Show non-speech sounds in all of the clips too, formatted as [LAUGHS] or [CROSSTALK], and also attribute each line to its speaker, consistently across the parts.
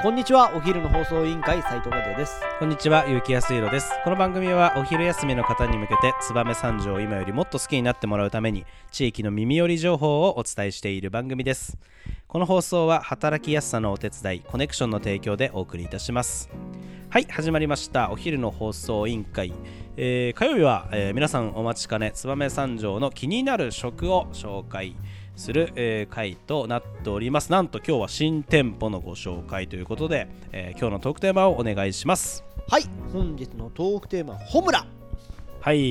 Speaker 1: こんにちはお昼の放送委員会斉藤和也です
Speaker 2: こんにちは、ゆうきやすいろです。この番組はお昼休みの方に向けて、燕三条を今よりもっと好きになってもらうために、地域の耳寄り情報をお伝えしている番組です。この放送は、働きやすさのお手伝い、コネクションの提供でお送りいたします。はい、始まりました。お昼の放送委員会。えー火曜日は、えー皆さんお待ちかね、燕三条の気になる食を紹介。する、えー回となっておりますなんと今日は新店舗のご紹介ということで、えー今日のトークテーマをお願いします
Speaker 1: はい本日のトークテーマ「ホムラ
Speaker 2: はい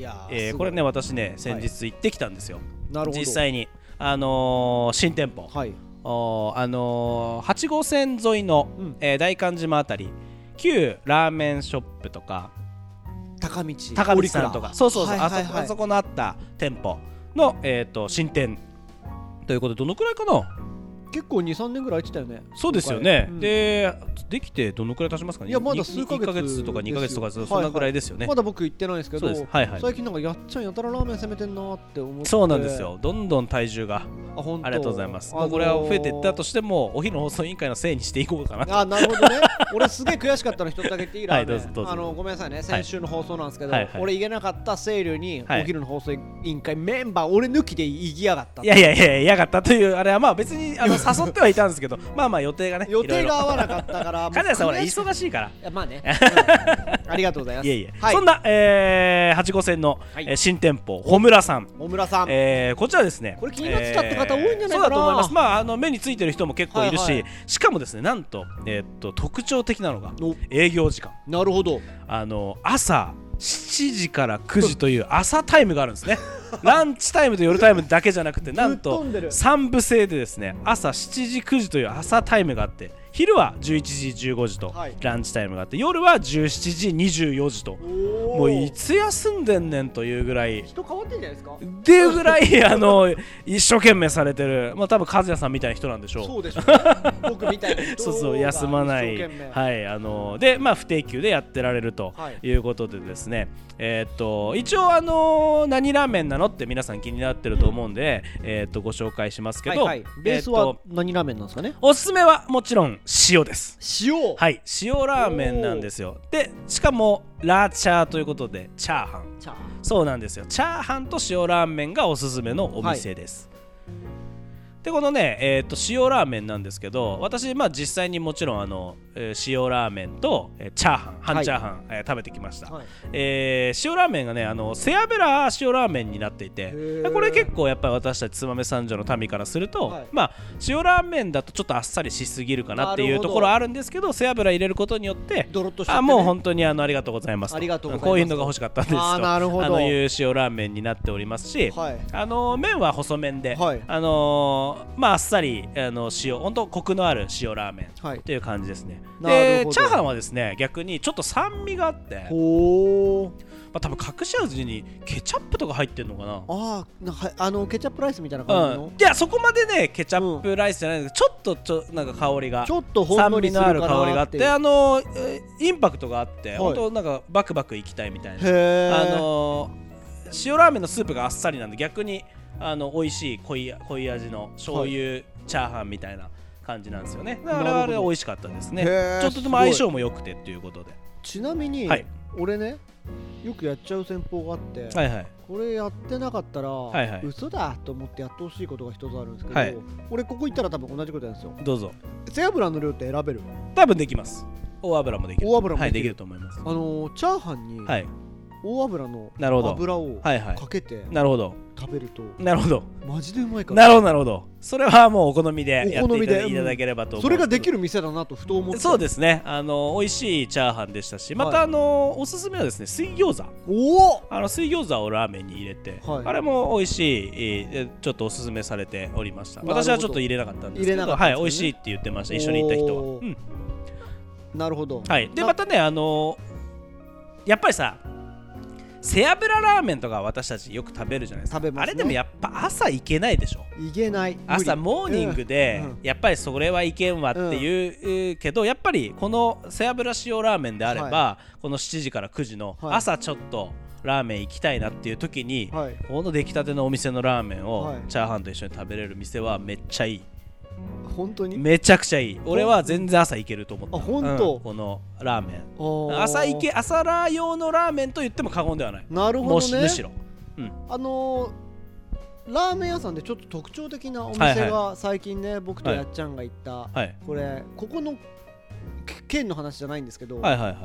Speaker 1: やー
Speaker 2: え
Speaker 1: す
Speaker 2: ー
Speaker 1: ごい
Speaker 2: これね私ね先日行ってきたんですよ、」
Speaker 1: なるほど
Speaker 2: 実際に、あのー新店舗、
Speaker 1: はい
Speaker 2: おーあのー8号線沿いの、
Speaker 1: うん
Speaker 2: えー大観島あたり旧ラーメンショップとか
Speaker 1: 高道
Speaker 2: 高見さんとかそうそうそう、
Speaker 1: はいはい
Speaker 2: あそこ
Speaker 1: はい
Speaker 2: あそこのあった店舗の、えー、と新店ということでどのくらいかな
Speaker 1: 結構23年ぐらい空いてたよね
Speaker 2: そうですよね、
Speaker 1: うん
Speaker 2: でできてどのくらい経ちますかね
Speaker 1: いやまだ
Speaker 2: に
Speaker 1: 数ヶ月
Speaker 2: ににとか2ヶ月とか
Speaker 1: ですよ
Speaker 2: そんなぐらいですよね、
Speaker 1: まだ僕行ってないんですけど
Speaker 2: そうですはいはい
Speaker 1: 最近なんかやっちゃんやたらラーメン攻めてんなーって思って
Speaker 2: そうなんですよどんどん体重が
Speaker 1: あ本当
Speaker 2: ありがとうございます。
Speaker 1: あのー
Speaker 2: これは増えていったとしても、お昼の放送委員会のせいにしていこうかな。
Speaker 1: あなるほどね [LAUGHS] 俺すげえ悔しかったの一つだけ言っていいラーメン
Speaker 2: はいどうぞどうぞ
Speaker 1: あのごめんなさいね先週の放送なんですけど、
Speaker 2: はいはい
Speaker 1: 俺言えなかった清流に
Speaker 2: はい
Speaker 1: お昼の放送委員会メンバー俺抜きで行きやがった
Speaker 2: いやいやいや、嫌がったという、あれはまあ別にあの誘ってはいたんです
Speaker 1: [LAUGHS]
Speaker 2: けど、まあまあ予定がね、
Speaker 1: 予定
Speaker 2: いろ
Speaker 1: が
Speaker 2: い
Speaker 1: 合わなかったから
Speaker 2: ろ。金谷さん、ほら、
Speaker 1: もう悔し
Speaker 2: 忙しいから。
Speaker 1: いやまあ
Speaker 2: [LAUGHS]
Speaker 1: ね、うんありがとうございます
Speaker 2: いえいえ、
Speaker 1: はい、
Speaker 2: そんな、えー、8号線の、
Speaker 1: はい
Speaker 2: えー新店舗、ホムラさん。
Speaker 1: 小村さん、
Speaker 2: えー、こちらですね
Speaker 1: これ気になってたって方多いんじゃないかな
Speaker 2: えーそうだと思いますまああの目についてる人も結構いるし、
Speaker 1: はいはい
Speaker 2: しかもですねなんと,、えーっと特徴的なのが
Speaker 1: お
Speaker 2: 営業時間
Speaker 1: なるほど
Speaker 2: あの朝7時から9時という朝タイムがあるんで
Speaker 1: [LAUGHS]
Speaker 2: すねランチタイムと夜タイムだけじゃなくてなん
Speaker 1: ぶっ
Speaker 2: と
Speaker 1: 飛んでる
Speaker 2: 3部制でですね朝7時9時という朝タイムがあって昼は11時15時と
Speaker 1: はい
Speaker 2: ランチタイムがあって夜は17時24時とも
Speaker 1: も
Speaker 2: ういつ休んでんねんというぐらい
Speaker 1: 人変わってんじゃないですか
Speaker 2: っていうぐらいあ
Speaker 1: [LAUGHS]
Speaker 2: の一生懸命されてるまあ多分和也さんみたいな人なんでしょう
Speaker 1: そうでし [LAUGHS] ょ、ね、僕みたいな人が
Speaker 2: [LAUGHS] そうそう休まない
Speaker 1: 一生懸命
Speaker 2: はいあのでまあ不定休でやってられると
Speaker 1: はい
Speaker 2: いうことでですね、えーっと一応あの何ラーメンなのって皆さん気になってると思うんで、えーっとご紹介しますけど、
Speaker 1: はいはいベース
Speaker 2: え
Speaker 1: は
Speaker 2: っと
Speaker 1: 何ラーメンなんですかね
Speaker 2: おすすめはもちろん塩です
Speaker 1: 塩
Speaker 2: はい塩ラーメンなんですよでしかもラーチャーということでチャーハン
Speaker 1: チャーハン
Speaker 2: そうなんですよチャーハンと塩ラーメンがおすすめのお店です、でこのね、えー、と塩ラーメンなんですけど私、まあ、実際にもちろんあの、えー塩ラーメンと、えーチャーハン半チャーハン、えー食べてきました、
Speaker 1: はい
Speaker 2: えー塩ラーメンがねあの背脂塩ラーメンになっていて
Speaker 1: ー
Speaker 2: これ結構やっぱり私たち燕三条の民からすると、
Speaker 1: はい
Speaker 2: まあ塩ラーメンだとちょっとあっさりしすぎるかなって
Speaker 1: ないる
Speaker 2: う
Speaker 1: ほど
Speaker 2: ところはあるんですけど背脂入れることによって
Speaker 1: ドロッとしちゃって、ね、
Speaker 2: あもう本当にあのありがとうございます
Speaker 1: ありがとうございます
Speaker 2: こういうのが欲しかったんですと
Speaker 1: あーなるほど
Speaker 2: あのいう塩ラーメンになっておりますし、
Speaker 1: はい
Speaker 2: あの麺は細麺で、
Speaker 1: はい
Speaker 2: あのーまああっさりあの塩本当コクのある塩ラーメン
Speaker 1: はい
Speaker 2: っていう感じですね、
Speaker 1: なるほ
Speaker 2: で
Speaker 1: ど
Speaker 2: チャーハンはですね逆にちょっと酸味があって、ま
Speaker 1: ほー
Speaker 2: あ、多分隠し味にケチャップとか入ってるのかな
Speaker 1: あーなはいあのケチャップライスみたいな感じ
Speaker 2: う
Speaker 1: の、
Speaker 2: ん、いやそこまでねケチャップライスじゃないんですけど、ちょっとちょなんか香りが
Speaker 1: ちょっとほん
Speaker 2: 酸
Speaker 1: のり
Speaker 2: 味
Speaker 1: す
Speaker 2: の
Speaker 1: る
Speaker 2: あ
Speaker 1: か
Speaker 2: る
Speaker 1: な
Speaker 2: 香りがあ
Speaker 1: っ
Speaker 2: っててあのえーインパクトがあって、
Speaker 1: い
Speaker 2: 本当なんかバクバクいきたいみたいな
Speaker 1: へえ
Speaker 2: あのー塩ラーメンのスープがあっさりなんで逆にあの美味しい濃い濃い味の醤油、チャーハンみたいな感じなんですよねだか
Speaker 1: なる
Speaker 2: ら
Speaker 1: ほ
Speaker 2: あ
Speaker 1: ど
Speaker 2: れは美味しかったです
Speaker 1: へ
Speaker 2: ね
Speaker 1: ー
Speaker 2: ちょっとでも相性も良くてっていうことで
Speaker 1: ちなみに、
Speaker 2: はい
Speaker 1: 俺ねよくやっちゃう戦法があって、
Speaker 2: はいはい
Speaker 1: これやってなかったら、
Speaker 2: いはい
Speaker 1: 嘘だと思ってやってほしいことが一つあるんですけど、
Speaker 2: はい
Speaker 1: 俺ここ行ったら多分同じことやるんですよ
Speaker 2: どうぞ
Speaker 1: 背脂の量って選べる
Speaker 2: 多分できます大油もできる
Speaker 1: 大油も
Speaker 2: はい、
Speaker 1: で
Speaker 2: で
Speaker 1: き
Speaker 2: き
Speaker 1: る
Speaker 2: ると思います
Speaker 1: あのーチャーハンに
Speaker 2: はい
Speaker 1: 大油の
Speaker 2: なるほど
Speaker 1: 油を
Speaker 2: はいはい
Speaker 1: かけて
Speaker 2: なるほど
Speaker 1: 食べると
Speaker 2: なるほど
Speaker 1: マジでうまいから
Speaker 2: なるほどなるほどそれはもうお好みでや
Speaker 1: お
Speaker 2: っ
Speaker 1: 好
Speaker 2: て
Speaker 1: み
Speaker 2: い
Speaker 1: で
Speaker 2: ただいただければと思
Speaker 1: それがで
Speaker 2: る
Speaker 1: きる店だなとふと思って
Speaker 2: そうですねあの美味しいチャーハンでしたしまた、
Speaker 1: はい
Speaker 2: あのおすすめはですね水餃子
Speaker 1: おお
Speaker 2: あの水餃子をラーメンに入れて、
Speaker 1: はい
Speaker 2: あれも美味しい、えーちょっとおすすめされておりました
Speaker 1: なるほど
Speaker 2: 私はちょっと入れなかったんですけど
Speaker 1: 入れなかったん
Speaker 2: は
Speaker 1: ですね
Speaker 2: い、美味しいって言ってました一緒に行った人は、
Speaker 1: おー
Speaker 2: うん
Speaker 1: なるほど
Speaker 2: はい、で
Speaker 1: な
Speaker 2: またねあのーやっぱりさ背脂ラーメンとか私たちよく食べるじゃないですか
Speaker 1: 食べますね
Speaker 2: あれでもやっぱ朝行けないでしょ
Speaker 1: いけない無理
Speaker 2: 朝モーニングで
Speaker 1: うんうん
Speaker 2: やっぱりそれはいけんわっていうえーけどやっぱりこの背脂塩ラーメンであればこの7時から9時の
Speaker 1: はい
Speaker 2: 朝ちょっとラーメン行きたいなっていう時に
Speaker 1: はい
Speaker 2: この出来たてのお店のラーメン
Speaker 1: は
Speaker 2: を
Speaker 1: い
Speaker 2: チャーハンと一緒に食べれる店はめっちゃいい
Speaker 1: 本当に
Speaker 2: めちゃくちゃいい俺は全然朝いけると思った
Speaker 1: あほんと
Speaker 2: うんこのラーメン
Speaker 1: あー
Speaker 2: 朝いけ朝ラー用のラーメンと言っても過言ではない
Speaker 1: なる
Speaker 2: も
Speaker 1: ほど
Speaker 2: し
Speaker 1: ね
Speaker 2: むしろ
Speaker 1: あのーラーメン屋さんでちょっと特徴的なお
Speaker 2: はいは
Speaker 1: 店
Speaker 2: い
Speaker 1: が最近ね、僕とやっちゃんが行った、
Speaker 2: はい
Speaker 1: これここのけ県の話じゃないんですけど、
Speaker 2: はいはいはい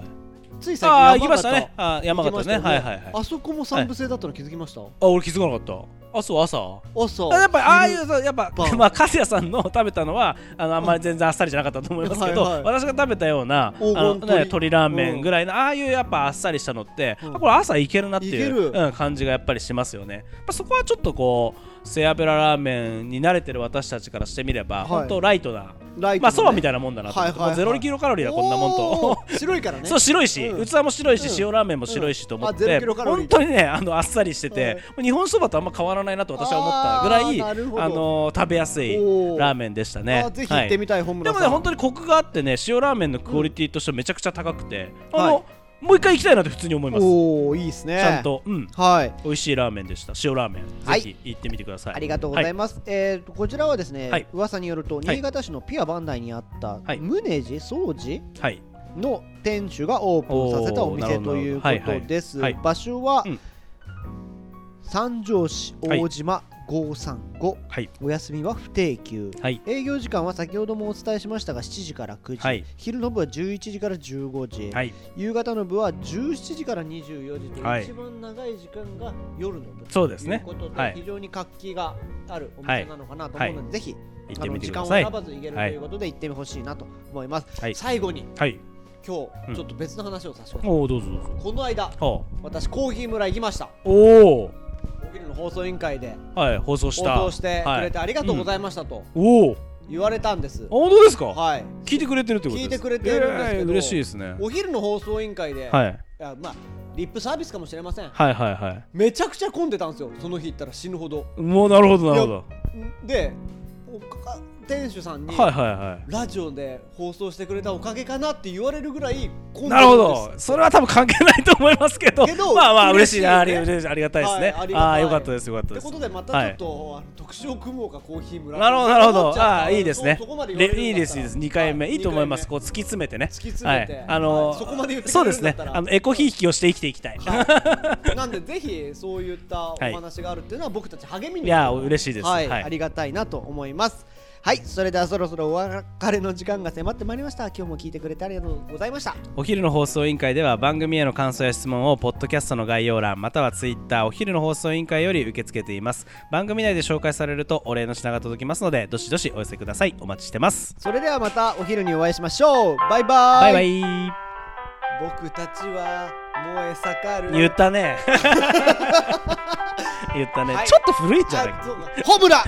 Speaker 1: つい最近
Speaker 2: ああー行き
Speaker 1: 山
Speaker 2: ました
Speaker 1: 形
Speaker 2: ねあー山
Speaker 1: 行きま
Speaker 2: 形
Speaker 1: した
Speaker 2: ね
Speaker 1: よ
Speaker 2: はいはいはい
Speaker 1: あそこも三部制だったの気づきました、
Speaker 2: あ俺気づかなかったあそう朝
Speaker 1: 朝
Speaker 2: あやっぱりああいうさやっぱ
Speaker 1: バー
Speaker 2: [LAUGHS] まあ粕谷さんの食べたのはあのあんまり全然あっさりじゃなかったと思いますけど、
Speaker 1: はいはい
Speaker 2: 私が食べたようなあ
Speaker 1: 黄金
Speaker 2: の、
Speaker 1: 鶏
Speaker 2: ね、鶏ラーメンぐらいの、ああいうやっぱあっさりしたのって、
Speaker 1: うん
Speaker 2: あこれ朝いけるなって
Speaker 1: いけ
Speaker 2: い
Speaker 1: る
Speaker 2: う、うん、感じがやっぱりしますよね、まあ、そこはちょっとこう背脂ラーメンに慣れてる私たちからしてみれば、
Speaker 1: い
Speaker 2: 本当ライト
Speaker 1: ラ
Speaker 2: な
Speaker 1: イトのね
Speaker 2: まあそばみたいなもんだなと思って、
Speaker 1: はいはいはい
Speaker 2: もう0キロカロリーだこんなもん
Speaker 1: お
Speaker 2: [LAUGHS] と。
Speaker 1: ー白いからね
Speaker 2: そう白いし、
Speaker 1: うん
Speaker 2: 器も白いし、
Speaker 1: うん
Speaker 2: 塩ラーメンも白いしと思っ
Speaker 1: うんあ
Speaker 2: て、
Speaker 1: 0キロカロリー
Speaker 2: 本当にねあのあっさりしてて、
Speaker 1: はい
Speaker 2: もう日本そばとあんま変わらないなと私は思ったぐらい
Speaker 1: あーなるほど
Speaker 2: あのー食べやすい
Speaker 1: おー
Speaker 2: ラーメンでしたね
Speaker 1: あーぜひ行ってみたい、本
Speaker 2: はい
Speaker 1: 村
Speaker 2: で
Speaker 1: さ
Speaker 2: も
Speaker 1: ん
Speaker 2: ね本当にコクがあってね塩ラーメンのクオリティとしてめちゃくちゃ高くて、あの
Speaker 1: は
Speaker 2: もう一回行きたいなって普通に思います、
Speaker 1: おおいいですね
Speaker 2: ちゃんとうん
Speaker 1: はい
Speaker 2: 美味しいラーメンでした塩ラーメン、
Speaker 1: はい
Speaker 2: ぜひ行ってみてください
Speaker 1: ありがとうございます、えーとこちらはですね、
Speaker 2: はい
Speaker 1: 噂によると
Speaker 2: い
Speaker 1: 新潟市のピアバンダイにあった
Speaker 2: はい
Speaker 1: 宗寺総寺
Speaker 2: はい
Speaker 1: の店主がオープンさせたお店
Speaker 2: おー
Speaker 1: というこ
Speaker 2: なるほどは
Speaker 1: と
Speaker 2: いはい
Speaker 1: です、
Speaker 2: はい
Speaker 1: 場所は、
Speaker 2: うん
Speaker 1: 三条市大島535、
Speaker 2: はい
Speaker 1: お休みは不定休
Speaker 2: はい
Speaker 1: 営業時間は先ほどもお伝えしましたが7時から9時、
Speaker 2: はい
Speaker 1: 昼の部は11時から15時、
Speaker 2: はい
Speaker 1: 夕方の部は17時から24時という、
Speaker 2: はい
Speaker 1: 一番長い時間が夜の部
Speaker 2: そうですね
Speaker 1: ということで、
Speaker 2: はい
Speaker 1: 非常に活気があるお店なのかなと思うので、
Speaker 2: は
Speaker 1: ぜひ
Speaker 2: 行っ
Speaker 1: あ
Speaker 2: て
Speaker 1: の
Speaker 2: みて
Speaker 1: 時
Speaker 2: く
Speaker 1: 間
Speaker 2: だ
Speaker 1: を
Speaker 2: さい
Speaker 1: 選ばず行けるということで行ってほしいなと思います、
Speaker 2: はい
Speaker 1: 最後に
Speaker 2: はい
Speaker 1: 今
Speaker 2: うん
Speaker 1: 日ちょっと別の話をさせてください、
Speaker 2: おおどうぞどうぞ
Speaker 1: この間
Speaker 2: は
Speaker 1: 私コーヒー村行きました
Speaker 2: あおお
Speaker 1: お昼の放送委員会で
Speaker 2: はい放送し
Speaker 1: 放
Speaker 2: た
Speaker 1: 送してくれて
Speaker 2: はい
Speaker 1: ありがとうございましたと
Speaker 2: おお
Speaker 1: 言われたんです、
Speaker 2: 本当ですか、
Speaker 1: はい
Speaker 2: 聞いてくれてるってことです
Speaker 1: 聞いてくれてるんですけど
Speaker 2: えー嬉しいですね
Speaker 1: お昼の放送委員会で、
Speaker 2: はいい
Speaker 1: やまあリップサービスかもしれません
Speaker 2: はいはいは
Speaker 1: めちゃくちゃ混んでたんですよその日行ったら死ぬほど
Speaker 2: いもうなるほどなるほど
Speaker 1: でおか店主さんに、
Speaker 2: はいはいはい
Speaker 1: ラジオで放送してくれたおかげかなって言われるぐらい混んでたんです
Speaker 2: なるほどそれは多分関係ないと思いますけど
Speaker 1: けど
Speaker 2: [LAUGHS] まあまあ嬉
Speaker 1: 嬉
Speaker 2: し
Speaker 1: し
Speaker 2: い
Speaker 1: い
Speaker 2: なあり
Speaker 1: ですね
Speaker 2: 嬉しいありがたいですね、
Speaker 1: はいありがたい
Speaker 2: ああよかったですよかった
Speaker 1: っ
Speaker 2: で
Speaker 1: て
Speaker 2: す
Speaker 1: ことでまたちょっと、あの特集を組もうかコーヒー村
Speaker 2: なるほどなるほ
Speaker 1: 思っ
Speaker 2: ど
Speaker 1: ちゃった
Speaker 2: ああいいですね
Speaker 1: そそこまで言われるんだ
Speaker 2: でいいですいいです2回目、い、いと思います
Speaker 1: 突
Speaker 2: こう突き詰めてね
Speaker 1: き詰めて、
Speaker 2: はい、あの
Speaker 1: はいそこまで言って
Speaker 2: そう
Speaker 1: く
Speaker 2: で
Speaker 1: れ
Speaker 2: す
Speaker 1: るんだ
Speaker 2: ね
Speaker 1: ったら
Speaker 2: あのエコひいきをして生きていき
Speaker 1: [LAUGHS]
Speaker 2: たい、 [LAUGHS]
Speaker 1: はいなんでぜひそういったお話があるっていうのは僕たち励みに
Speaker 2: いや嬉しいです
Speaker 1: はい
Speaker 2: はい
Speaker 1: ありがたいなと思いますはいそれではそろそろお別れの時間が迫ってまいりました今日も聞いてくれてありがとうございました
Speaker 2: お昼の放送委員会では番組への感想や質問をポッドキャストの概要欄またはツイッターお昼の放送委員会より受け付けています番組内で紹介されるとお礼の品が届きますのでどしどしお寄せくださいお待ちしてます
Speaker 1: それではまたお昼にお会いしましょうバイバ
Speaker 2: バ
Speaker 1: イ
Speaker 2: イバイ
Speaker 1: 僕たちは燃え盛る
Speaker 2: 言ったね [LAUGHS] 言ったね、
Speaker 1: はい
Speaker 2: ちょっと古いんじゃない
Speaker 1: あそうかホムラ